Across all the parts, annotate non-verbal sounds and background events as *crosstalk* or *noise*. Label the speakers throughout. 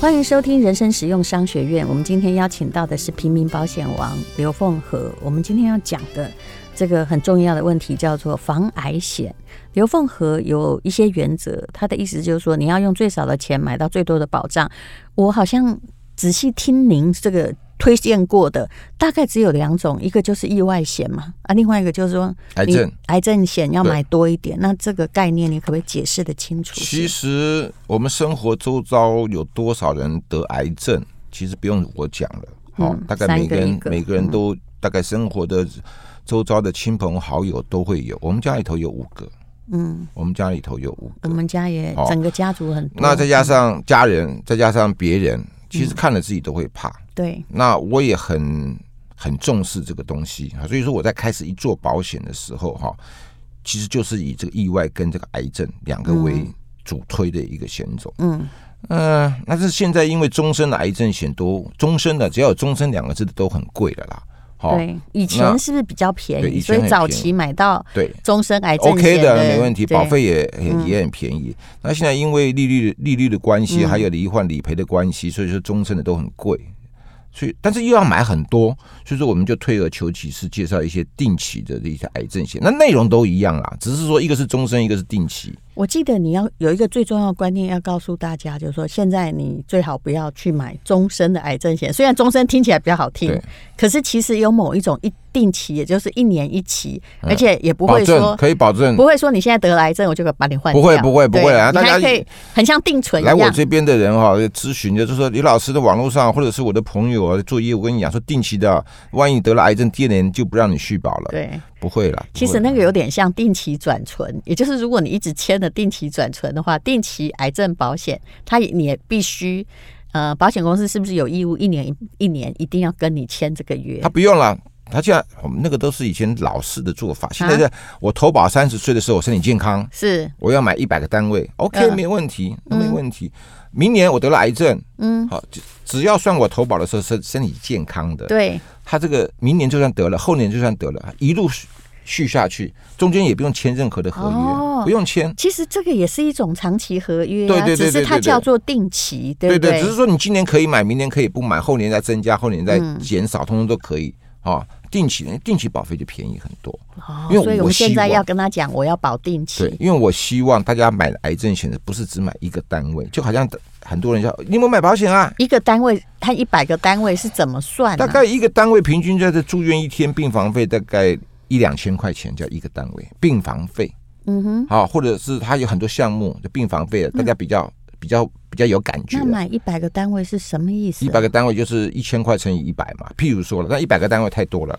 Speaker 1: 欢迎收听人生实用商学院。我们今天邀请到的是平民保险王刘凤和。我们今天要讲的这个很重要的问题叫做防癌险。刘凤和有一些原则，他的意思就是说，你要用最少的钱买到最多的保障。我好像仔细听您这个推荐过的，大概只有两种，一个就是意外险嘛， *laughs* 啊，另外一个就是说
Speaker 2: 癌
Speaker 1: 你
Speaker 2: 症。
Speaker 1: 癌症险要买多一点。那这个概念你可不可以解释的清楚些？
Speaker 2: 其实我们生活周遭有多少人得癌症，其实不用我讲了，好、
Speaker 1: 嗯
Speaker 2: 大概每
Speaker 1: 三个
Speaker 2: 人
Speaker 1: 一个嗯
Speaker 2: 每个人都大概生活的周遭的亲朋好友都会有。我们家里头有五个，
Speaker 1: 嗯，
Speaker 2: 我们家里头有五
Speaker 1: 我
Speaker 2: 个，
Speaker 1: 们家也
Speaker 2: 好
Speaker 1: 整个嗯家族很多。
Speaker 2: 哦那再加上家人，再加上别人，其实看了自己都会怕。
Speaker 1: 对，
Speaker 2: 那我也很很重视这个东西啊，所以说我在开始一做保险的时候哈，其实就是以这个意外跟这个癌症两个为主推的一个险种。
Speaker 1: 嗯
Speaker 2: 嗯、那是现在因为终身的癌症险都终身的，只要有终身两个字的都很贵了啦。好，
Speaker 1: 对，以前
Speaker 2: 哦那
Speaker 1: 是不是比较便
Speaker 2: 对
Speaker 1: 宜？
Speaker 2: 以
Speaker 1: 所
Speaker 2: 前
Speaker 1: 以
Speaker 2: 很
Speaker 1: 早
Speaker 2: 便宜
Speaker 1: 期买到
Speaker 2: 对
Speaker 1: 终身癌症
Speaker 2: ，OK
Speaker 1: 险
Speaker 2: 的，没问题，
Speaker 1: 对嗯
Speaker 2: 保费也很也很便宜。那现在因为利率利率的关系，还有罹患理赔的关系，所以说终身的都很贵。所以，但是又要买很多，所以说我们就退而求其次，介绍一些定期的一些癌症险。那内容都一样啦，只是说一个是终身，一个是定期。
Speaker 1: 我记得你要有一个最重要的观念要告诉大家，就是说现在你最好不要去买终身的癌症险。虽然终身听起来比较好听
Speaker 2: 对，
Speaker 1: 可是其实有某一种一定期，也就是一年一期，而且也不
Speaker 2: 嗯保
Speaker 1: 会
Speaker 2: 证
Speaker 1: 说。
Speaker 2: 可以保证
Speaker 1: 不会说你现在得了癌症，我就把你换掉。
Speaker 2: 不会不会不会
Speaker 1: 对
Speaker 2: 啊
Speaker 1: 你
Speaker 2: 大家
Speaker 1: 还可以很像定存一
Speaker 2: 来
Speaker 1: 样。
Speaker 2: 我这边的人哈、咨询的，就说刘老师的网络上，或者是我的朋友啊，做业务，我跟你讲说，定期的，万一得了癌症，第二年就不让你续保了。
Speaker 1: 对，
Speaker 2: 不会啦，
Speaker 1: 其
Speaker 2: 不
Speaker 1: 实
Speaker 2: 会啦
Speaker 1: 那个有点像定期转存，也就是如果你一直签了定期转存的话，定期癌症保险，它也你也必须，呃，保险公司是不是有义务一年一年一定要跟你签这个约
Speaker 2: 他？不用了。他现在我们那个都是以前老式的做法，
Speaker 1: 啊
Speaker 2: 现在是我投保三十岁的时候，我身体健康，
Speaker 1: 是，
Speaker 2: 我要买一百个单位，OK，、
Speaker 1: 嗯
Speaker 2: 没问题，那没问题。明年我得了癌症，
Speaker 1: 嗯，
Speaker 2: 好，只只要算我投保的时候是身体健康的，
Speaker 1: 对，
Speaker 2: 他这个明年就算得了，后年就算得了，一路续续下去，中间也不用签任何的合约，
Speaker 1: 哦
Speaker 2: 不用签。
Speaker 1: 其实这个也是一种长期合约、啊，
Speaker 2: 对对对
Speaker 1: 只是
Speaker 2: 对
Speaker 1: 它
Speaker 2: 对对
Speaker 1: 叫做定期，对不
Speaker 2: 对
Speaker 1: 对？
Speaker 2: 只是说你今年可以买，明年可以不买，后年再增加，后年再
Speaker 1: 嗯
Speaker 2: 减少，通通都可以啊、哦。定期定期保费就便宜很多，
Speaker 1: 哦
Speaker 2: 因为
Speaker 1: 所以
Speaker 2: 我
Speaker 1: 我们
Speaker 2: 希
Speaker 1: 现在
Speaker 2: 望
Speaker 1: 要跟他讲，我要保定
Speaker 2: 对
Speaker 1: 期，，
Speaker 2: 因为我希望大家买癌症险的不是只买一个单位，就好像很多人说你有没有买保险啊？
Speaker 1: 一个单位，它一百个单位是怎么算、啊呢？
Speaker 2: 大概一个单位平均在这住院一天病房费大概一两千块钱，叫一个单位病房费。
Speaker 1: 嗯哼，嗯
Speaker 2: 啊，或者是它有很多项目的病房费，大家比较、比较比较有感觉啊
Speaker 1: 那。买一百个单位是什么意思？
Speaker 2: 一百个单位就是一千块乘以一百嘛，譬如说了，那一百个单位太
Speaker 1: *laughs*
Speaker 2: 多了，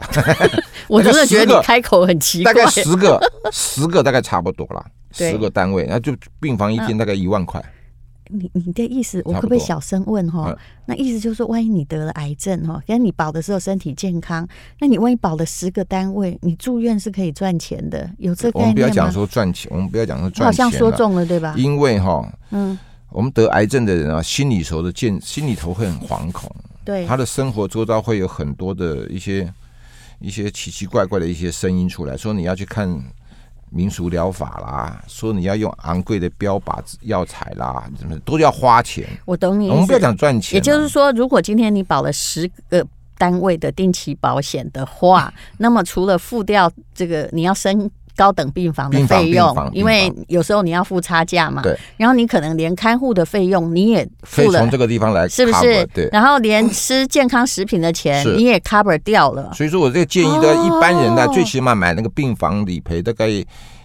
Speaker 1: 我真的觉得
Speaker 2: 大概十
Speaker 1: 你
Speaker 2: 个
Speaker 1: 开口很奇
Speaker 2: 大
Speaker 1: 怪。
Speaker 2: 概十个， *laughs* 十个大概差不多啦，
Speaker 1: 对嗯
Speaker 2: 十个单位，那就病房一天大概一万块。
Speaker 1: 你你的意思，我可
Speaker 2: 差不
Speaker 1: 不可以
Speaker 2: 多
Speaker 1: 小声问哈
Speaker 2: 嗯？
Speaker 1: 那意思就是说，万一你得了癌症哈，跟你保的时候身体健康，那你万一保了十个单位，你住院是可以赚钱的，有这
Speaker 2: 我
Speaker 1: 概
Speaker 2: 们不要
Speaker 1: 念
Speaker 2: 讲
Speaker 1: 吗？
Speaker 2: 说赚钱，我们不要讲说
Speaker 1: 我好
Speaker 2: 赚钱啊
Speaker 1: 像说
Speaker 2: 了，
Speaker 1: 中了，对吧？
Speaker 2: 因为哈，
Speaker 1: 啊嗯，
Speaker 2: 我们得癌症的人啊，心里头的健，心里头会很惶恐，
Speaker 1: 对
Speaker 2: 他，的生活周遭会有很多的一些一些奇奇怪怪的一些声音出来，说你要去看民俗疗法啦，说你要用昂贵的标靶药材啦，怎么都要花钱。
Speaker 1: 我懂你
Speaker 2: 我
Speaker 1: 意
Speaker 2: 们不要
Speaker 1: 思。
Speaker 2: 讲赚钱啊，
Speaker 1: 嗯也就是说，如果今天你保了十个。单位的定期保险的
Speaker 2: *laughs*
Speaker 1: 话，那么除了付掉这个你要升高等病房的
Speaker 2: 病房
Speaker 1: 费
Speaker 2: 病
Speaker 1: 用
Speaker 2: 房，
Speaker 1: 因为有时候你要付差价嘛，
Speaker 2: 对，
Speaker 1: 然后你可能连看护的费用你也
Speaker 2: 可以
Speaker 1: 付了
Speaker 2: 从，这个地方来 cover,
Speaker 1: 是不是？
Speaker 2: 对。
Speaker 1: 然后连吃健康食品的钱
Speaker 2: 是
Speaker 1: 你也 cover 掉了，
Speaker 2: 所以说我这个建议的
Speaker 1: 哦
Speaker 2: 一般人呢、最起码买那个病房理赔，大概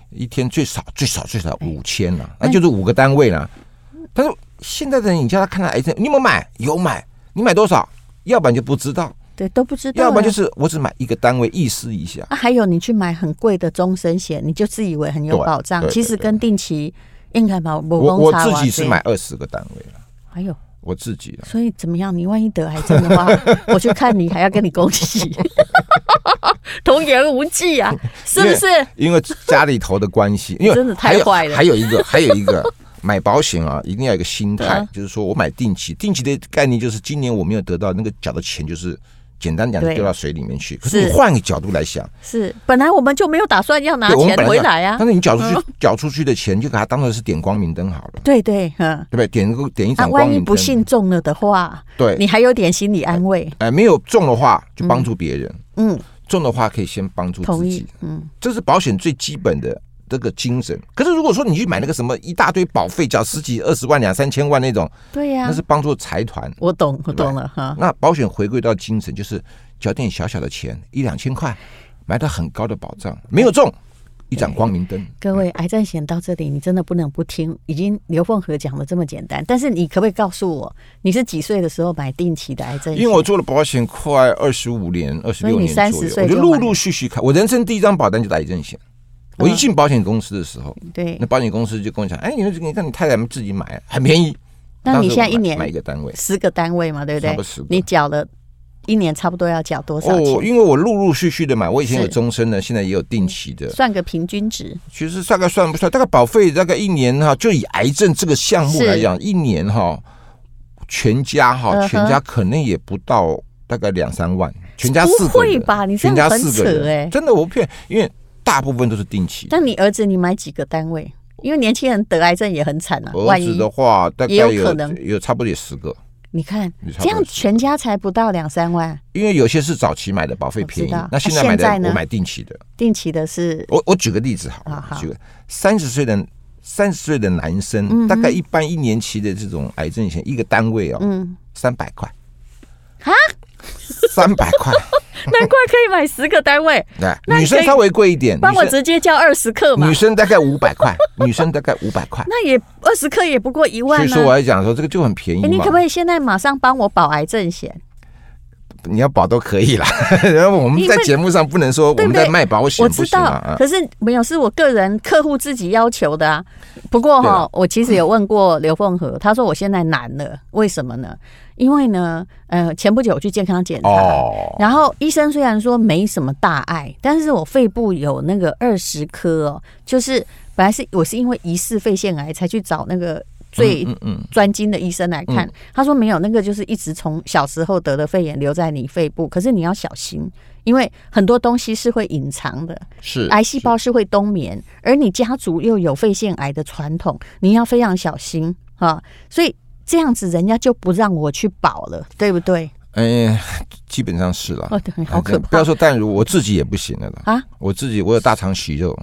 Speaker 2: 一天最少最少最少五千了，那就是五个单位了。但是现在的人，你叫他看到癌症，你有没有买？有买，你买多少？要不然就不知道，
Speaker 1: 对，啊都不知道。。
Speaker 2: 要不然就是是我只买一个单位意思一下。
Speaker 1: 啊，还有你去买很贵的终身险，你就自以为很有
Speaker 2: 对
Speaker 1: 保障，
Speaker 2: 对对
Speaker 1: 其实跟定期应该保不
Speaker 2: 我
Speaker 1: 公
Speaker 2: 我
Speaker 1: 差啊
Speaker 2: 自
Speaker 1: 哇
Speaker 2: 己是
Speaker 1: 塞
Speaker 2: 买，二十个单位了，
Speaker 1: 哎呦，
Speaker 2: 我自己了。
Speaker 1: 所以怎么样？你万一得癌症
Speaker 2: *laughs*
Speaker 1: 的话，我去看你还要跟你恭喜，童言无忌
Speaker 2: *laughs*
Speaker 1: 啊，是不是？
Speaker 2: 因为家里头的关系，因为
Speaker 1: 真的太
Speaker 2: 还有
Speaker 1: 坏了
Speaker 2: 还有一
Speaker 1: *laughs*
Speaker 2: 个，还有一个买保险啊，一定要有一个心态
Speaker 1: 嗯，
Speaker 2: 就是说我买定期，定期的概念就是今年我没有得到那个缴的钱就是简单讲就
Speaker 1: 对
Speaker 2: 丢到水里面去。可
Speaker 1: 是
Speaker 2: 是你换个角度来想，
Speaker 1: 是，本来我们就没有打算要拿
Speaker 2: 对我们
Speaker 1: 钱
Speaker 2: 本来
Speaker 1: 回
Speaker 2: 就
Speaker 1: 来啊
Speaker 2: 但。是你缴出去缴出去的钱，就给它当做是点光明灯好了，
Speaker 1: 对对，嗯，
Speaker 2: 对不对？点一个点一
Speaker 1: 啊，
Speaker 2: 盏光
Speaker 1: 万一
Speaker 2: 明灯。
Speaker 1: 不幸中了的话，
Speaker 2: 对，
Speaker 1: 你还有点心理安慰。
Speaker 2: 哎，没有中的话就帮助别人，
Speaker 1: 嗯，
Speaker 2: 中的话可以先帮助
Speaker 1: 同
Speaker 2: 自
Speaker 1: 意
Speaker 2: 己。。
Speaker 1: 嗯，
Speaker 2: 这是保险最基本的这个精神。可是如果说你去买那个什么一大堆保费，缴十几、二十万、两三千万那种，
Speaker 1: 对啊呀
Speaker 2: 那是，帮助财团。
Speaker 1: 我懂，我懂了哈。
Speaker 2: 那保险回归到精神，就是缴点小小的钱，一两千块，买到很高的保障，没有中，一盏光明灯。
Speaker 1: 各位，癌症险到这里，你真的不能不听。已经刘凤和讲的这么简单，但是你可不可以告诉我，你是几岁的时候买定期的癌症险？
Speaker 2: 因为我做了保险快二十五年、二十
Speaker 1: 所以
Speaker 2: 六
Speaker 1: 你
Speaker 2: 年左
Speaker 1: 30
Speaker 2: 右，
Speaker 1: 岁
Speaker 2: 我就
Speaker 1: 就
Speaker 2: 陆
Speaker 1: 买了
Speaker 2: 陆续续看。我人生第一张保单就是癌症险。我一
Speaker 1: 嗯
Speaker 2: 进保险公司的时候，
Speaker 1: 对
Speaker 2: 那保险公司就跟我讲：“哎，你你看你太太们自己买，很便宜。”
Speaker 1: 那
Speaker 2: 当时
Speaker 1: 你现在
Speaker 2: 我
Speaker 1: 一
Speaker 2: 买
Speaker 1: 年
Speaker 2: 买一个单位，
Speaker 1: 十个单位嘛，对不
Speaker 2: 差
Speaker 1: 对
Speaker 2: 不多10个？
Speaker 1: 你缴了一年，差不多要缴多少
Speaker 2: 哦，
Speaker 1: 钱？
Speaker 2: 因为我陆陆续续的买，我以前有
Speaker 1: 是
Speaker 2: 终身的，现在也有定期的。
Speaker 1: 算个平均值，
Speaker 2: 其实大概算不出来，大概保费大概一年哈，就以癌症这个项目来讲，一年哈，全家
Speaker 1: 嗯
Speaker 2: 哈，
Speaker 1: 哼
Speaker 2: 全家可能也不到大概两三万，全家
Speaker 1: 不
Speaker 2: 四个人，
Speaker 1: 会吧你这
Speaker 2: 全
Speaker 1: 样
Speaker 2: 家
Speaker 1: 很
Speaker 2: 四个
Speaker 1: 扯
Speaker 2: 人，
Speaker 1: 欸
Speaker 2: 真的我不骗，因为大部分都是定期。
Speaker 1: 但你儿子你买几个单位？因为年轻人得癌症也很惨啊，
Speaker 2: 我儿
Speaker 1: 万
Speaker 2: 子
Speaker 1: 一
Speaker 2: 的话，大概
Speaker 1: 也有
Speaker 2: 有
Speaker 1: 可能
Speaker 2: 有差不多有十个，
Speaker 1: 你看
Speaker 2: 也差
Speaker 1: 这
Speaker 2: 不多
Speaker 1: 样
Speaker 2: 10个
Speaker 1: 全家才不到两三万，
Speaker 2: 因为有些是早期买的，保费
Speaker 1: 我知
Speaker 2: 便宜
Speaker 1: 道。
Speaker 2: 那现在
Speaker 1: 啊
Speaker 2: 买
Speaker 1: 现在呢
Speaker 2: 的，我买定期的。
Speaker 1: 定期的
Speaker 2: *laughs*
Speaker 1: 是
Speaker 2: 我我举个例子好了，
Speaker 1: 啊好
Speaker 2: 举个三十岁的三十岁的男生，
Speaker 1: 嗯
Speaker 2: 大概一般一年期的这种癌症险，一个单位哦，
Speaker 1: 嗯，
Speaker 2: 三百块，
Speaker 1: 哈，
Speaker 2: 三百
Speaker 1: *laughs*
Speaker 2: 块，
Speaker 1: 难怪可以买十个单位，那
Speaker 2: 对，
Speaker 1: 你
Speaker 2: 女生
Speaker 1: 可以
Speaker 2: 稍微贵一点，
Speaker 1: 帮
Speaker 2: 女
Speaker 1: 我
Speaker 2: 生
Speaker 1: 直接交二十克嘛
Speaker 2: 女，生大概五百块， *laughs* 女生大概五百块，
Speaker 1: 那也二十克也不过一万
Speaker 2: 所以
Speaker 1: 呢、
Speaker 2: 说我要讲说这个就很便宜
Speaker 1: 哎，你
Speaker 2: 嘛
Speaker 1: 可不，可以现在马上帮我保癌症险？
Speaker 2: 你要保都可以啦。 *laughs* 然后我们
Speaker 1: 因为
Speaker 2: 在节目上不能说我
Speaker 1: 对不
Speaker 2: 们
Speaker 1: 对
Speaker 2: 在卖保
Speaker 1: 我
Speaker 2: 险，不
Speaker 1: 知
Speaker 2: 行
Speaker 1: 道，
Speaker 2: 啊。啊
Speaker 1: 可是没有，是我个人客户自己要求的啊。不过
Speaker 2: 对啊
Speaker 1: 哈、
Speaker 2: 了
Speaker 1: 我其实有问过刘凤和，他说我现在难了，为什么呢？因为呢，呃，前不久我去健康检查，
Speaker 2: 哦，
Speaker 1: 然后医生虽然说没什么大碍，但是我肺部有那个二十颗哦，就是本来是我是因为疑似肺腺癌才去找那个最
Speaker 2: 嗯嗯，
Speaker 1: 专精的医生来看，他说没有，那个就是一直从小时候得的肺炎留在你肺部，可是你要小心，因为很多东西是会隐藏的，
Speaker 2: 是
Speaker 1: 癌细胞是会冬眠，而你家族又有肺腺癌的传统，你要非常小心啊，所以。这样子人家就不让我去保了，对不对？
Speaker 2: 哎，基本上是啦。哎
Speaker 1: 哦，对，好可
Speaker 2: 不
Speaker 1: 怕
Speaker 2: 要说淡如，我自己也不行了啦。
Speaker 1: 啊！
Speaker 2: 我自己我有大肠息肉，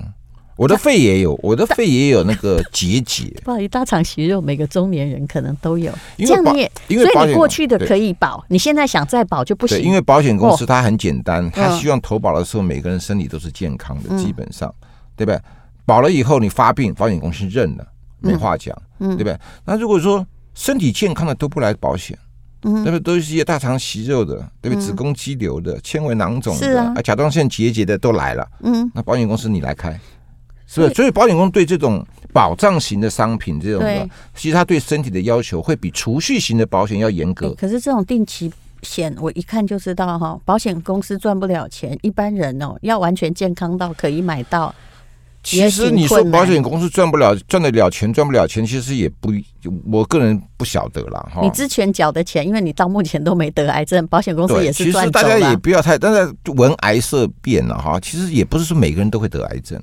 Speaker 2: 我的肺也有，我的肺也有那个结节，
Speaker 1: 不好意思，大肠息肉每个中年人可能都有，
Speaker 2: 因
Speaker 1: 这
Speaker 2: 为
Speaker 1: 样
Speaker 2: 保
Speaker 1: 你也，
Speaker 2: 因为
Speaker 1: 所
Speaker 2: 保
Speaker 1: 以你
Speaker 2: 险
Speaker 1: 过去的
Speaker 2: 对
Speaker 1: 可以保，你现在想再保就不
Speaker 2: 对，
Speaker 1: 行，哦
Speaker 2: 因为保险公司它很简单，它
Speaker 1: 嗯
Speaker 2: 希望投保的时候每个人身体都是健康的，基本上，对吧？保了以后你发病，保险公司认了，没话讲，
Speaker 1: 嗯
Speaker 2: 对不对？那如果说身体健康的都不来保险。
Speaker 1: 嗯
Speaker 2: 那么都是一些大肠息肉的，对不对？子宫肌瘤的、纤维囊肿
Speaker 1: 是
Speaker 2: 的、
Speaker 1: 啊
Speaker 2: 甲状腺结节的都来了。
Speaker 1: 嗯，
Speaker 2: 那保险公司你来开，是不是？所以保险公司对这种保障型的商品，这种
Speaker 1: 对
Speaker 2: 的，其实它对身体的要求会比储蓄型的保险要严
Speaker 1: 欸
Speaker 2: 格。
Speaker 1: 可是这种定期险，我一看就知道哈，保险公司赚不了钱，一般人哦要完全健康到可以买到，
Speaker 2: 其
Speaker 1: 也
Speaker 2: 实
Speaker 1: 挺
Speaker 2: 你说
Speaker 1: 困难
Speaker 2: 保险公司赚不了赚得了钱，赚不了钱，其实也不，我个人不晓得啦。哈
Speaker 1: 你。之前缴的钱，因为你到目前都没得癌症，保险公司
Speaker 2: 对，
Speaker 1: 也
Speaker 2: 其
Speaker 1: 是赚
Speaker 2: 实
Speaker 1: 走
Speaker 2: 大家也
Speaker 1: 了。
Speaker 2: 不要太，但是闻癌色变了哈。其实也不是说每个人都会得癌症，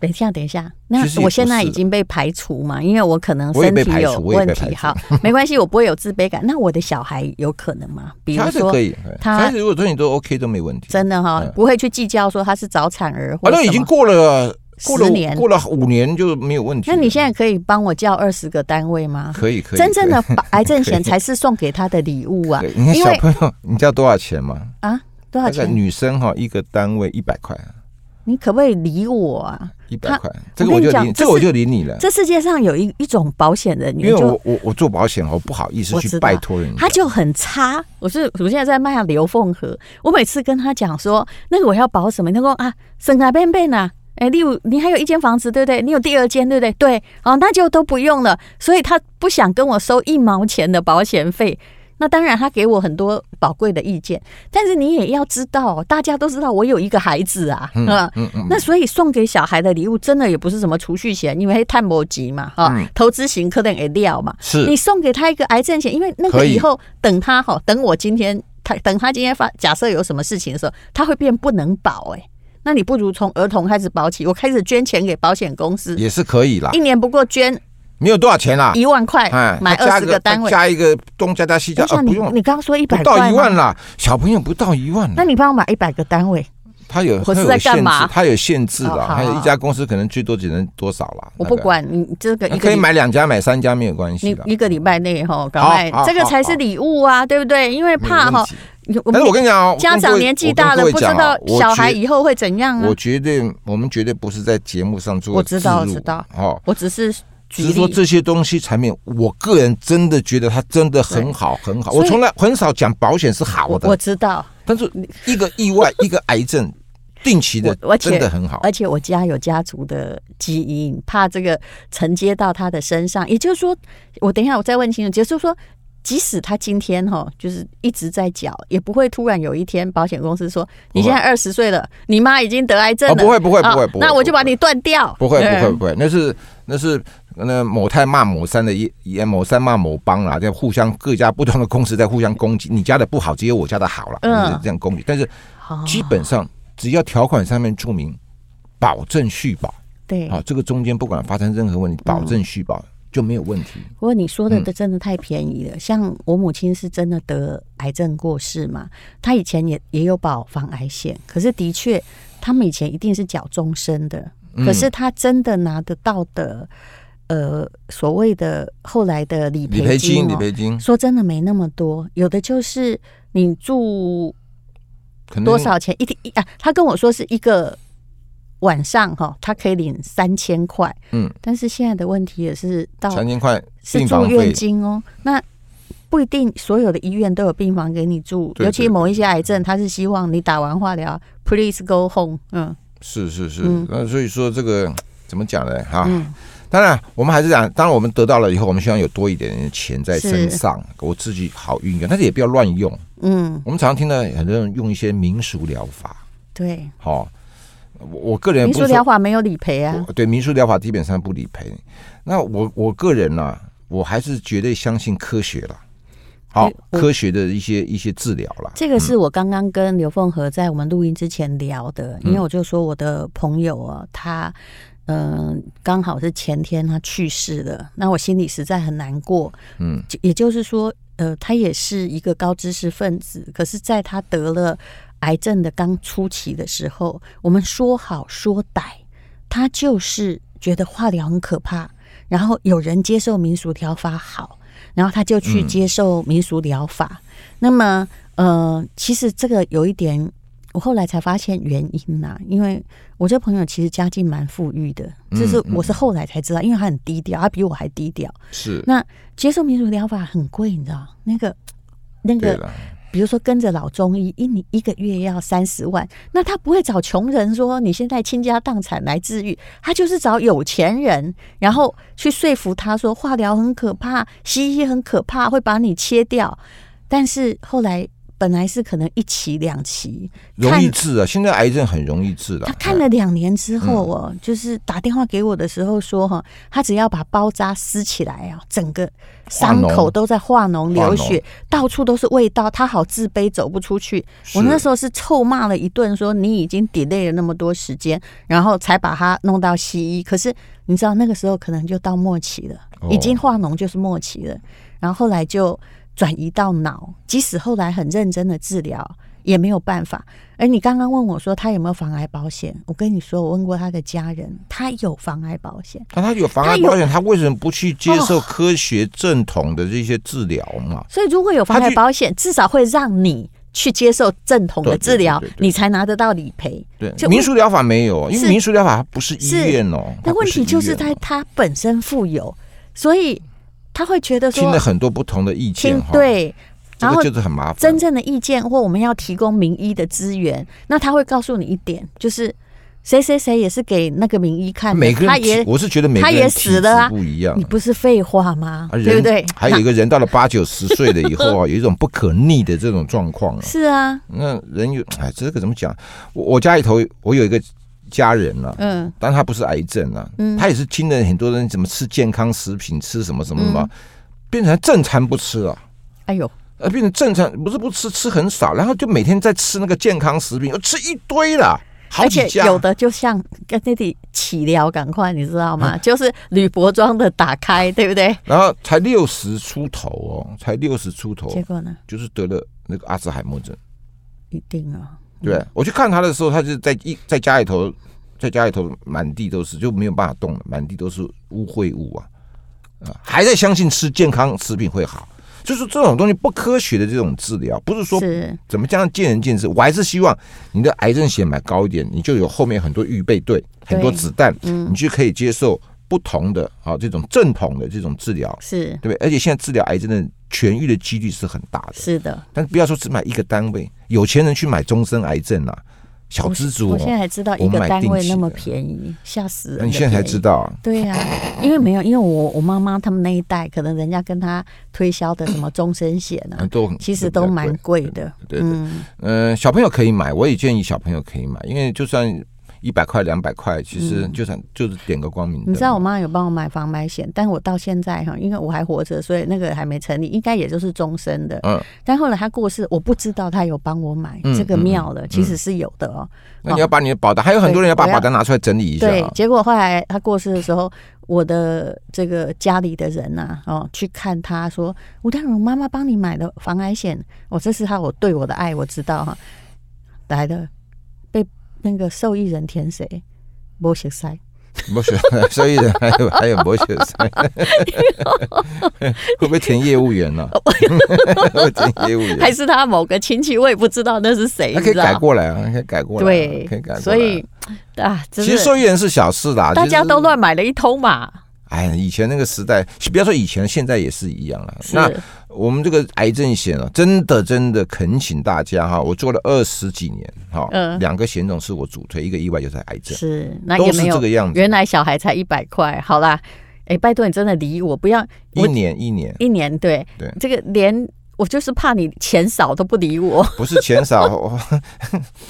Speaker 1: 等一下，等一下，那
Speaker 2: 其实也不
Speaker 1: 我现在
Speaker 2: 是
Speaker 1: 已经被排除嘛，因为我可能
Speaker 2: 我也
Speaker 1: 身
Speaker 2: 被
Speaker 1: 体
Speaker 2: 排
Speaker 1: 有
Speaker 2: 除我也
Speaker 1: 问
Speaker 2: 被排
Speaker 1: 题，
Speaker 2: 除
Speaker 1: 好，没关系，我不会有自卑感。那我的小孩有可能吗？比如
Speaker 2: 他是
Speaker 1: 说
Speaker 2: 可，以，
Speaker 1: 他
Speaker 2: 他如果说你都 OK 都没问题。
Speaker 1: 真的哈、
Speaker 2: 嗯
Speaker 1: 不会去计较说他是早产儿或
Speaker 2: 啊，
Speaker 1: 者
Speaker 2: 那已
Speaker 1: 什
Speaker 2: 经
Speaker 1: 么。
Speaker 2: 过了，过了
Speaker 1: 十年
Speaker 2: 过了五年就没有问题
Speaker 1: 那
Speaker 2: 了。
Speaker 1: 你现在可以帮我叫二十个单位吗？
Speaker 2: 可以可以，
Speaker 1: 真正
Speaker 2: 可以
Speaker 1: 的把癌症险
Speaker 2: *laughs* 可以
Speaker 1: 才是送给他的礼物啊！
Speaker 2: 对，你看
Speaker 1: 因
Speaker 2: 小
Speaker 1: 为
Speaker 2: 朋友，你知道多少钱吗？
Speaker 1: 啊，多少
Speaker 2: 大概
Speaker 1: 钱？
Speaker 2: 女生哈，一个单位一百块，
Speaker 1: 你可不可以理我啊？
Speaker 2: 一
Speaker 1: 他
Speaker 2: 百块，这
Speaker 1: 我跟
Speaker 2: 个我
Speaker 1: 你
Speaker 2: 就
Speaker 1: 讲
Speaker 2: 理，
Speaker 1: 这
Speaker 2: 这个我
Speaker 1: 是
Speaker 2: 就理你了。
Speaker 1: 这世界上有一一种保险人
Speaker 2: 因为
Speaker 1: 员就
Speaker 2: 我我我做保险，我不好意思
Speaker 1: 我知
Speaker 2: 去
Speaker 1: 道
Speaker 2: 拜托人家
Speaker 1: 他，就很差。我是我现在在卖刘凤和，我每次跟他讲说那个我要保什么，他说啊，省啊变变啊。哎，例如你还有一间房子，对不对？你有第二间，对不对？对，哦，那就都不用了。所以他不想跟我收一毛钱的保险费。那当然，他给我很多宝贵的意见，但是你也要知道，大家都知道我有一个孩子啊，嗯
Speaker 2: 嗯嗯，
Speaker 1: 那所以送给小孩的礼物，真的也不是什么储蓄险，因为探摩级嘛，哈、投资型可能也料嘛。
Speaker 2: 是
Speaker 1: 你送给他一个癌症险，因为那个
Speaker 2: 可以
Speaker 1: 以后等他哈，等我今天他他等他今天发假设有什么事情的时候，他会变不能保哎、那你不如从儿童开始保起，我开始捐钱给保险公司，
Speaker 2: 也是可以啦
Speaker 1: 一，年不过捐
Speaker 2: 没有多少钱啦，哎
Speaker 1: 一万块，买
Speaker 2: 加
Speaker 1: 二十
Speaker 2: 个
Speaker 1: 个单位。
Speaker 2: 加一个东加加西加，
Speaker 1: 等一
Speaker 2: 啊，
Speaker 1: 下，
Speaker 2: 不
Speaker 1: 你
Speaker 2: 用
Speaker 1: 你刚刚说一
Speaker 2: 不
Speaker 1: 百
Speaker 2: 到
Speaker 1: 块
Speaker 2: 一万
Speaker 1: 吗？
Speaker 2: 啦，小朋友不到一万啦
Speaker 1: 那你帮我买一百个单位，
Speaker 2: 他有
Speaker 1: 我
Speaker 2: 他
Speaker 1: 是
Speaker 2: 有
Speaker 1: 在
Speaker 2: 限
Speaker 1: 干
Speaker 2: 制
Speaker 1: 嘛，
Speaker 2: 他有限制
Speaker 1: 哦
Speaker 2: 的，
Speaker 1: 好
Speaker 2: 还有
Speaker 1: 好
Speaker 2: 一家公司可能最多只能多少啦。
Speaker 1: 我
Speaker 2: 大
Speaker 1: 不
Speaker 2: 概，
Speaker 1: 管你这个一
Speaker 2: 你
Speaker 1: 个
Speaker 2: 可以
Speaker 1: 礼
Speaker 2: 买两家买三家没有关系嗯
Speaker 1: 你
Speaker 2: 的。
Speaker 1: 一个礼拜内哈，赶
Speaker 2: 好
Speaker 1: 快
Speaker 2: 好
Speaker 1: 这个
Speaker 2: 好
Speaker 1: 才是
Speaker 2: 好
Speaker 1: 礼物啊，对不对？因为
Speaker 2: 没
Speaker 1: 怕
Speaker 2: 问
Speaker 1: 哈，
Speaker 2: 题
Speaker 1: 你我
Speaker 2: 但
Speaker 1: 们
Speaker 2: 是我跟你讲哦，
Speaker 1: 家长年纪大了，不知道小孩以后会怎样
Speaker 2: 后
Speaker 1: 啊
Speaker 2: 啊我。绝对，我们绝对不是在节目上做
Speaker 1: 我知道
Speaker 2: 植入
Speaker 1: 我知道
Speaker 2: 哦。
Speaker 1: 我只是举
Speaker 2: 只是说
Speaker 1: 例，
Speaker 2: 这些东西产品，我个人真的觉得它真的很好，很好。
Speaker 1: 所以
Speaker 2: 我从来很少讲保险是好
Speaker 1: 我我
Speaker 2: 的，
Speaker 1: 知道，
Speaker 2: 但是一个意外，一个癌症，定期的
Speaker 1: 我而且
Speaker 2: 真的很好。
Speaker 1: 而且我家有家族的基因，怕这个承接到他的身上。也就是说，我等一下我再问清楚，就是说。即使他今天哈，就是一直在缴，也不会突然有一天保险公司说：“你现在二十岁了，你妈已经得癌症
Speaker 2: 哦，
Speaker 1: 了。
Speaker 2: 不会，不会，不
Speaker 1: 啊
Speaker 2: 会，不会。
Speaker 1: 那我
Speaker 2: 不
Speaker 1: 就
Speaker 2: 会
Speaker 1: 把你断掉。
Speaker 2: 不会不会
Speaker 1: 嗯
Speaker 2: 不会，那是那是那某太骂某三的一也某三骂某帮啦，在互相各家不同的公司在互相攻击，你家的不好，只有我家的好了，
Speaker 1: 嗯
Speaker 2: 就是这样攻击。但是
Speaker 1: 好
Speaker 2: 基本上只要条款上面注明保证续保，
Speaker 1: 对。
Speaker 2: 啊，这个中间不管发生任何问题，保证续保就没有问题。
Speaker 1: 不过你说
Speaker 2: 嗯
Speaker 1: 的这真的太便宜了，像我母亲是真的得癌症过世嘛，她以前也也有保防癌险，可是的确他们以前一定是缴终身的，嗯
Speaker 2: 嗯
Speaker 1: 可是她真的拿得到的，呃，所谓的后来的理
Speaker 2: 理赔
Speaker 1: 赔金、
Speaker 2: 金，
Speaker 1: 哦，
Speaker 2: 理赔金
Speaker 1: 说真的没那么多，有的就是你住
Speaker 2: 可能
Speaker 1: 多少钱一天一啊？他跟我说是一个晚上哈，他可以领三千块，
Speaker 2: 嗯，
Speaker 1: 但是现在的问题也是到
Speaker 2: 三千块
Speaker 1: 是
Speaker 2: 病
Speaker 1: 住
Speaker 2: 房
Speaker 1: 院
Speaker 2: 费，
Speaker 1: 金哦，那不一定所有的医院都有病房给你住，
Speaker 2: 对
Speaker 1: 尤其
Speaker 2: 对
Speaker 1: 某一些癌症，他是希望你打完化疗，please go home，嗯，
Speaker 2: 是是是
Speaker 1: 嗯，
Speaker 2: 那所以说这个怎么讲呢？哈
Speaker 1: 嗯，
Speaker 2: 当然我们还是讲，当然我们得到了以后，我们希望有多一点钱在身上，我自己好运用，但是也不要乱用。
Speaker 1: 嗯，
Speaker 2: 我们常常听到很多人用一些民俗疗法，
Speaker 1: 对，
Speaker 2: 哈、我我个人
Speaker 1: 民
Speaker 2: 哎不
Speaker 1: 俗
Speaker 2: 是
Speaker 1: 疗
Speaker 2: 说
Speaker 1: 法没有理赔啊，
Speaker 2: 我对民俗疗法基本上不理赔。那我我个人呢、我还是绝对相信科学了。好、
Speaker 1: 对哎我
Speaker 2: 科学的一些一些治疗了。
Speaker 1: 这个是我刚刚跟刘凤和在我们录音之前聊的，因为我就说我的朋友啊，他嗯、呃刚好是前天他去世了，那我心里实在很难过。
Speaker 2: 嗯
Speaker 1: 就，也就是说，呃，他也是一个高知识分子，可是在他得了癌症的刚初期的时候，我们说好说歹，他就是觉得化疗很可怕，然后有人接受民俗疗法好，然后他就去接受民俗疗法。那么，呃，其实这个有一点，我后来才发现原因呐、因为我这朋友其实家境蛮富裕的，这是我是后来才知道，因为他很低调，他比我还低调。
Speaker 2: 是，
Speaker 1: 那接受民俗疗法很贵，你知道那个。那
Speaker 2: 对
Speaker 1: 个
Speaker 2: 了，
Speaker 1: 比如说跟着老中医，一你一个月要三十万，那他不会找穷人说你现在倾家荡产来治愈，他就是找有钱人，然后去说服他说化疗很可怕，西医很可怕，会把你切掉。但是后来本来是可能一期两期，
Speaker 2: 容易
Speaker 1: 看
Speaker 2: 治啊，现在癌症很容易治的。
Speaker 1: 他看了两年之后
Speaker 2: 嗯
Speaker 1: 哦，就是打电话给我的时候说哈，他只要把包扎撕起来啊，整个伤
Speaker 2: 化
Speaker 1: 口
Speaker 2: 脓
Speaker 1: 都在化脓
Speaker 2: 化
Speaker 1: 流
Speaker 2: 脓
Speaker 1: 血，到处都是味道，他好自卑，走不出去。我那时候是臭骂了一顿，说你已经 delay 了那么多时间，然后才把他弄到西医。可是你知道那个时候可能就到末期了，
Speaker 2: 哦
Speaker 1: 已经化脓就是末期了。然后后来就转移到脑，即使后来很认真的治疗也没有办法。而你刚刚问我说他有没有防癌保险，我跟你说，我问过他的家人，他有防癌保险。
Speaker 2: 但他有防癌
Speaker 1: 他有哦
Speaker 2: 保险，他为什么不去接受科学正统的这些治疗嘛？
Speaker 1: 所以如果有防
Speaker 2: 他
Speaker 1: 癌
Speaker 2: 去
Speaker 1: 保险，至少会让你去接受正统的
Speaker 2: 对对
Speaker 1: 治疗
Speaker 2: 对对，对
Speaker 1: 你才拿得到理赔。
Speaker 2: 对
Speaker 1: 就，
Speaker 2: 民俗疗法没有，因
Speaker 1: 是
Speaker 2: 为民俗疗法它不是医
Speaker 1: 是
Speaker 2: 院哦。它
Speaker 1: 那
Speaker 2: 不
Speaker 1: 问题
Speaker 2: 医
Speaker 1: 就是
Speaker 2: 院
Speaker 1: 在
Speaker 2: 哦
Speaker 1: 他本身富有，所以他会觉得
Speaker 2: 听
Speaker 1: 说
Speaker 2: 了很多不同的意见
Speaker 1: 听
Speaker 2: 哈，，
Speaker 1: 对，
Speaker 2: 这
Speaker 1: 然后
Speaker 2: 个就是很麻烦
Speaker 1: 真。正的意见或我们要提供名医的资源，那他会告诉你一点，就是谁谁谁也是给那个名医看的，
Speaker 2: 啊每个
Speaker 1: 他
Speaker 2: 人体
Speaker 1: 也
Speaker 2: 我是觉得每
Speaker 1: 他
Speaker 2: 个
Speaker 1: 也
Speaker 2: 人
Speaker 1: 死
Speaker 2: 体质
Speaker 1: 了啊
Speaker 2: 不一样
Speaker 1: 你，不是废话吗？
Speaker 2: 啊人
Speaker 1: 对不对？
Speaker 2: 还有一个人到了八九十岁了以后
Speaker 1: *laughs*
Speaker 2: 啊，有一种不可逆的这种状况啊。
Speaker 1: 是啊，
Speaker 2: 那人有哎，这个怎么讲？我我家里头我有一个家人啊，
Speaker 1: 嗯，
Speaker 2: 但他不是癌症啊，他也是听了很多人
Speaker 1: 嗯
Speaker 2: 怎么吃健康食品，吃什么什么什么，变成正餐不吃啊。
Speaker 1: 哎呦，
Speaker 2: 呃，变成正常，不是不吃，吃很少，然后就每天在吃那个健康食品，又吃一堆了，好
Speaker 1: 而
Speaker 2: 几
Speaker 1: 且
Speaker 2: 家。
Speaker 1: 有的就像跟那里起聊，赶快你知道
Speaker 2: 嗯
Speaker 1: 吗？就是铝箔装的打开，对不对？
Speaker 2: 然后才六十出头哦，才六十出头，
Speaker 1: 结果呢，
Speaker 2: 就是得了那个阿兹海默症。
Speaker 1: 一定啊，
Speaker 2: 对、我去看他的时候，他就在一在家里头，在家里头满地都是，就没有办法动了，满地都是污秽物啊，啊，还在相信吃健康食品会好，就是这种东西不科学的这种治疗，不是说
Speaker 1: 是
Speaker 2: 怎么这样见仁见智。我还是希望你的癌症险买高一点，你就有后面很多预备队，很多子弹，
Speaker 1: 嗯
Speaker 2: 你就可以接受不同的啊这种正统的这种治疗，
Speaker 1: 是
Speaker 2: 对不对？而且现在治疗癌症的痊愈的几率是很大的。
Speaker 1: 是的。
Speaker 2: 但不要说只买一个单位，有钱人去买终身癌症啊，小资族、
Speaker 1: 我现在
Speaker 2: 哦。
Speaker 1: 才知道
Speaker 2: 我
Speaker 1: 一个
Speaker 2: 买
Speaker 1: 单
Speaker 2: 定
Speaker 1: 位
Speaker 2: 期
Speaker 1: 那么
Speaker 2: 的
Speaker 1: 便宜，吓死人
Speaker 2: 那
Speaker 1: 的便宜！
Speaker 2: 你现在才知道啊，
Speaker 1: 对呀、因为没有，因为我我妈妈他们那一代，可能人家跟她推销的什么终身险啊
Speaker 2: 很，多嗯很
Speaker 1: 其实都蛮贵的。
Speaker 2: 对对。嗯、呃，小朋友可以买，我也建议小朋友可以买，因为就算一百块、两百块，其实就算、就是点个光明
Speaker 1: 嗯
Speaker 2: 灯。
Speaker 1: 你知道我妈有帮我买房买险，但我到现在哈，因为我还活着，所以那个还没成立，应该也就是终身的。
Speaker 2: 嗯，
Speaker 1: 但后来她过世，我不知道她有帮我买，
Speaker 2: 嗯
Speaker 1: 这个
Speaker 2: 嗯嗯
Speaker 1: 妙了，其实是有的哦。
Speaker 2: 那你要把你的保单，还有很多人要把
Speaker 1: 对我要
Speaker 2: 保单拿出来整理一下、
Speaker 1: 对
Speaker 2: 啊，。
Speaker 1: 结果后来他过世的时候，我的这个家里的人呐、哦，去看他说，吴淡如妈妈帮你买的防癌险，我、这是他我对我的爱，我知道哈、来的被那个受益人填谁，没写塞，
Speaker 2: *laughs* 博学，所以还有还有博学生， *laughs* 会不会填业
Speaker 1: *laughs*
Speaker 2: 务员呢、会不会填业务员，
Speaker 1: 还是他某个亲戚，我也不知道那是谁，
Speaker 2: 那可以
Speaker 1: 你知道
Speaker 2: 改过来啊，可以改过来啊，
Speaker 1: 对
Speaker 2: 可以改过来啊。
Speaker 1: 所以啊，真
Speaker 2: 其实
Speaker 1: 的
Speaker 2: 受益人是小事啦，
Speaker 1: 大
Speaker 2: 其
Speaker 1: 家
Speaker 2: 实
Speaker 1: 都。乱买了一通嘛，
Speaker 2: 哎，以前那个时代，不要说以前，现在也是一样了。
Speaker 1: 是
Speaker 2: 那我们这个癌症险啊，真的真的恳请大家哈，我做了二十几年哈
Speaker 1: 嗯，
Speaker 2: 两、个险种是我主推，一个意外就是癌症，
Speaker 1: 是，那
Speaker 2: 都
Speaker 1: 也
Speaker 2: 是
Speaker 1: 没
Speaker 2: 这
Speaker 1: 有
Speaker 2: 个样子。
Speaker 1: 原来小孩才一百块，好啦，哎、拜托你真的理我，不要
Speaker 2: 一年一年
Speaker 1: 一年，对
Speaker 2: 对
Speaker 1: 这个连我就是怕你钱少都不理我，
Speaker 2: 不是钱少，我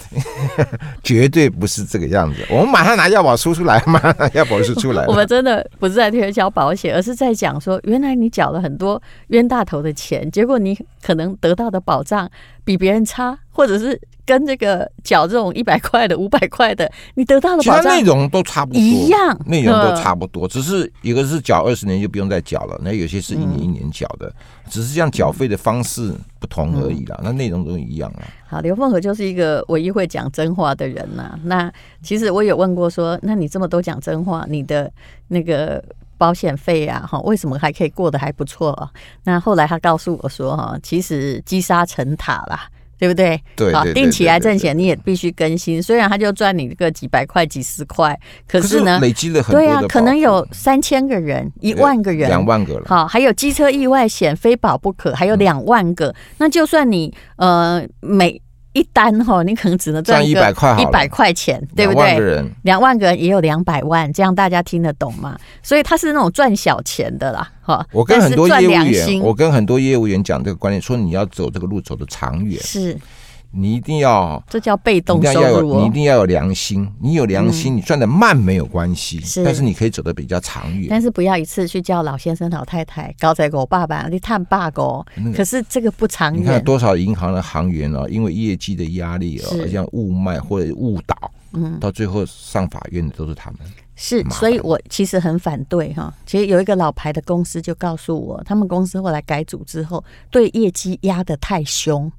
Speaker 2: *laughs* 绝对不是这个样子。我们马上拿药保书出来，马上拿药保书出
Speaker 1: *laughs*
Speaker 2: 来。
Speaker 1: 我们真的不是在推销保险，而是在讲说，原来你缴了很多冤大头的钱，结果你可能得到的保障比别人差，或者是跟这个缴这种一百块的、五百块的，你得到的
Speaker 2: 其
Speaker 1: 保
Speaker 2: 他内
Speaker 1: 障
Speaker 2: 容都差不多，
Speaker 1: 一样
Speaker 2: 内容都
Speaker 1: 嗯
Speaker 2: 差不多，只是一个是缴二十年就不用再缴了，那有些是一年一年缴的，只是这样缴费的方式不同而已啦，
Speaker 1: 嗯
Speaker 2: 那内容都一样啊。
Speaker 1: 好，刘凤和就是一个唯一会讲真话的人呐、那其实我也问过说，那你这么多讲真话，你的那个保险费啊，哈，为什么还可以过得还不错啊？那后来他告诉我说，哈，其实积沙成塔啦。对不对？
Speaker 2: 对
Speaker 1: 好
Speaker 2: 对对
Speaker 1: 定期
Speaker 2: 对
Speaker 1: 来
Speaker 2: 对
Speaker 1: 挣钱，你也必须更新。虽然他就赚你个几百块、几十块，可
Speaker 2: 可
Speaker 1: 是呢，
Speaker 2: 累积了很多
Speaker 1: 对
Speaker 2: 的保
Speaker 1: 啊
Speaker 2: 护，，
Speaker 1: 可能有三千个人、一万个人、
Speaker 2: 两万个了。嗯
Speaker 1: 好，还有机车意外险非保不可，还有两万个。那就算你呃每一单哈，你可能只能赚
Speaker 2: 赚
Speaker 1: 一
Speaker 2: 100块好
Speaker 1: 一
Speaker 2: 了
Speaker 1: 百块钱，对不
Speaker 2: 两万个
Speaker 1: 对？
Speaker 2: 人，
Speaker 1: 两万个人也有两百万，这样大家听得懂吗？所以他是那种赚小钱的啦，哈。
Speaker 2: 我跟
Speaker 1: 但
Speaker 2: 很
Speaker 1: 是
Speaker 2: 多
Speaker 1: 赚
Speaker 2: 业务
Speaker 1: 良
Speaker 2: 员，
Speaker 1: 心
Speaker 2: 我跟很多业务员讲这个观念，说你要走这个路走的长远，
Speaker 1: 是
Speaker 2: 你一定要
Speaker 1: 这叫被
Speaker 2: 你一
Speaker 1: 动
Speaker 2: 定要
Speaker 1: 收入
Speaker 2: 有，你一
Speaker 1: 哦。嗯
Speaker 2: 定要有良心。你有良心，你赚的慢没有关系，
Speaker 1: 是
Speaker 2: 但是你可以走得比较长远。
Speaker 1: 但是不要一次去叫老先生、老太太、高仔狗爸爸、你探爸狗，可是这个不长
Speaker 2: 你看有
Speaker 1: 远。
Speaker 2: 多少银行的行员哦，因为业绩的压力哦
Speaker 1: 是，
Speaker 2: 而像误卖或者误导，嗯，到最后上法院的都是他们。
Speaker 1: 是，
Speaker 2: 麻
Speaker 1: 所以
Speaker 2: 烦
Speaker 1: 我其实很反对哈。其实有一个老牌的公司就告诉我，他们公司后来改组之后，对业绩压得太凶，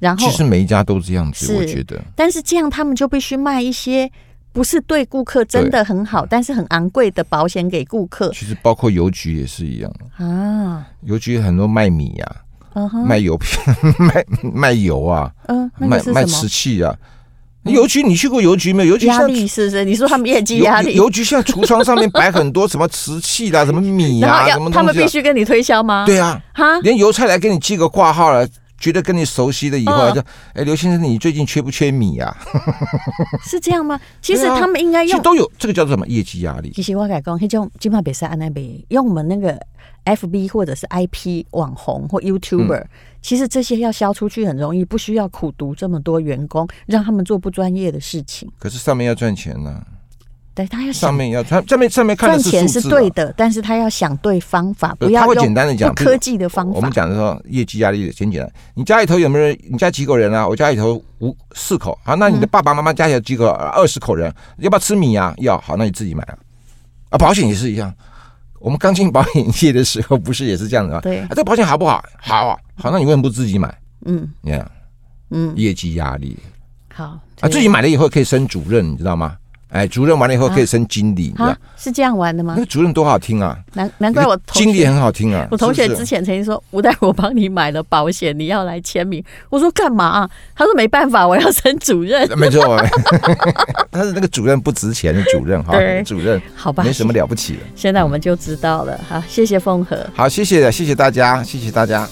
Speaker 1: 然后
Speaker 2: 其实每一家都这样
Speaker 1: 是
Speaker 2: 子，我觉得
Speaker 1: 但是这样他们就必须卖一些不是对顾客真的很好，但是很昂贵的保险给顾客
Speaker 2: 其实包括邮局也是一样，
Speaker 1: 啊。
Speaker 2: 邮局很多卖米呀、
Speaker 1: 嗯哼，
Speaker 2: 卖油片、 *laughs* 卖卖油啊、
Speaker 1: 嗯，那
Speaker 2: 卖
Speaker 1: 个是
Speaker 2: 卖
Speaker 1: 什
Speaker 2: 瓷
Speaker 1: 么？
Speaker 2: 器啊。邮局你去过邮局没有？邮局
Speaker 1: 压
Speaker 2: 像
Speaker 1: 力是不是？你说他们业绩压力，
Speaker 2: 邮局现在橱窗上面摆很多什么瓷器
Speaker 1: *laughs*
Speaker 2: 啦、什么米
Speaker 1: 然
Speaker 2: 啊
Speaker 1: 后、
Speaker 2: 什么
Speaker 1: 要他
Speaker 2: 东
Speaker 1: 们
Speaker 2: 西、
Speaker 1: 必
Speaker 2: 啊。
Speaker 1: 须跟你推销吗？
Speaker 2: 对啊，
Speaker 1: 哈，
Speaker 2: 连邮差来给你寄个挂号了，觉得跟你熟悉了以后，
Speaker 1: 嗯
Speaker 2: 就哎，刘先生，你最近缺不缺米啊？
Speaker 1: 是这样吗？其实
Speaker 2: 对啊
Speaker 1: 他们应该
Speaker 2: 其
Speaker 1: 用
Speaker 2: 实都有，这个叫做什么业绩压力？
Speaker 1: 其实我改讲，迄种即马袂使安尼卖，用我们那个 FB 或者是 IP 网红或 YouTuber，、其
Speaker 2: 嗯
Speaker 1: 实这些要销出去很容易，不需要苦读这么多员工，让他们做不专业的事情。
Speaker 2: 可是上面要赚钱呢、
Speaker 1: 对他要
Speaker 2: 上
Speaker 1: 想
Speaker 2: 面要他上面上面看
Speaker 1: 赚
Speaker 2: 的是
Speaker 1: 钱
Speaker 2: 数
Speaker 1: 是
Speaker 2: 字啊嘛
Speaker 1: 对的，但是他要想对方法，
Speaker 2: 呃
Speaker 1: 不要
Speaker 2: 他会
Speaker 1: 用
Speaker 2: 简单地讲
Speaker 1: 不
Speaker 2: 比如
Speaker 1: 科技的方法。
Speaker 2: 我们讲的说业绩压力很简单，你家里头有没有人？你家几口人啊？我家里头五四口，好，那你的爸爸妈妈家里有几口？二十口人，要不要吃米啊？要，好，那你自己买啊。啊，保险也是一样，我们刚进保险业的时候， *laughs* 不是也是这样的吗？
Speaker 1: 对
Speaker 2: 啊，这个保险好不好？好啊，好，那你为什么不自己买？
Speaker 1: 嗯
Speaker 2: 你看
Speaker 1: 嗯，
Speaker 2: 业绩压力
Speaker 1: 好
Speaker 2: 啊，
Speaker 1: 这
Speaker 2: 自己买了以后可以升主任，你知道吗？哎，主任完了以后可以升经理，你知道
Speaker 1: 啊是这样玩的吗
Speaker 2: 那？个主任多好听啊！
Speaker 1: 难难怪我同
Speaker 2: 嗯经理
Speaker 1: 学，
Speaker 2: 很好听啊，
Speaker 1: 我同学
Speaker 2: 是不是
Speaker 1: 之前曾经说，吴代我帮你买了保险，你要来签名。我说干嘛、啊他说没办法，我要升主任。
Speaker 2: *laughs* 没错，但是那个主任不值钱的主任哈
Speaker 1: 对，
Speaker 2: 主任
Speaker 1: 好吧，
Speaker 2: 没什么了不起的。
Speaker 1: 现在我们就知道了。好，谢谢凤和。
Speaker 2: 好，谢谢谢谢大家，谢谢大家。